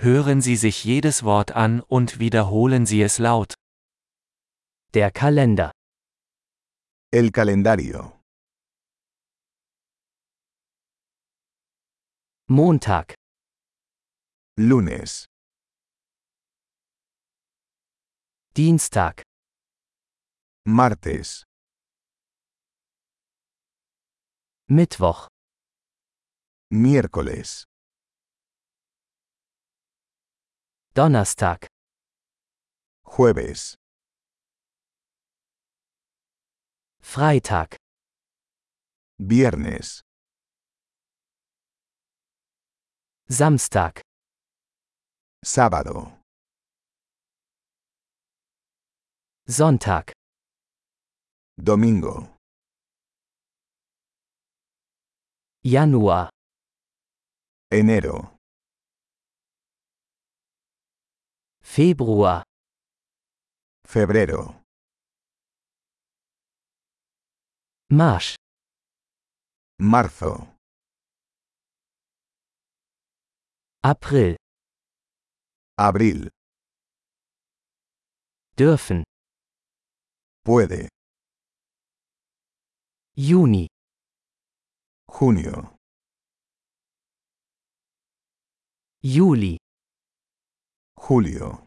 Hören Sie sich jedes Wort an und wiederholen Sie es laut. Der Kalender. El calendario. Montag. Lunes. Dienstag. Martes. Mittwoch. Miércoles. Donnerstag. Jueves. Freitag. Viernes. Samstag. Sábado. Sonntag. Domingo. Januar. Enero. Februar. Febrero. März. Marzo. April. Abril. Dürfen. Puede. Juni. Junio. Juli. Julio.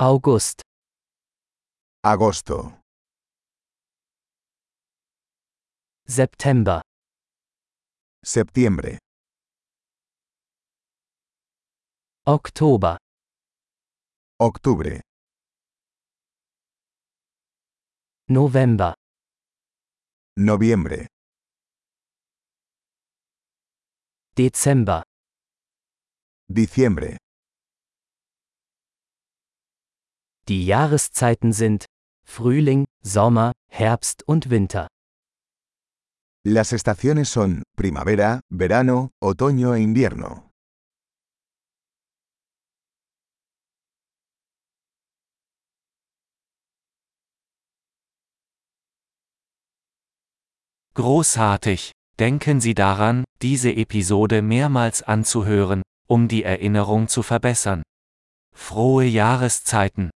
August. Agosto. September. Septiembre. Oktober. Octubre. November. Noviembre. Dezember. Diciembre. Die Jahreszeiten sind Frühling, Sommer, Herbst und Winter. Las estaciones son primavera, verano, otoño e invierno. Großartig! Denken Sie daran, diese Episode mehrmals anzuhören, um die Erinnerung zu verbessern. Frohe Jahreszeiten!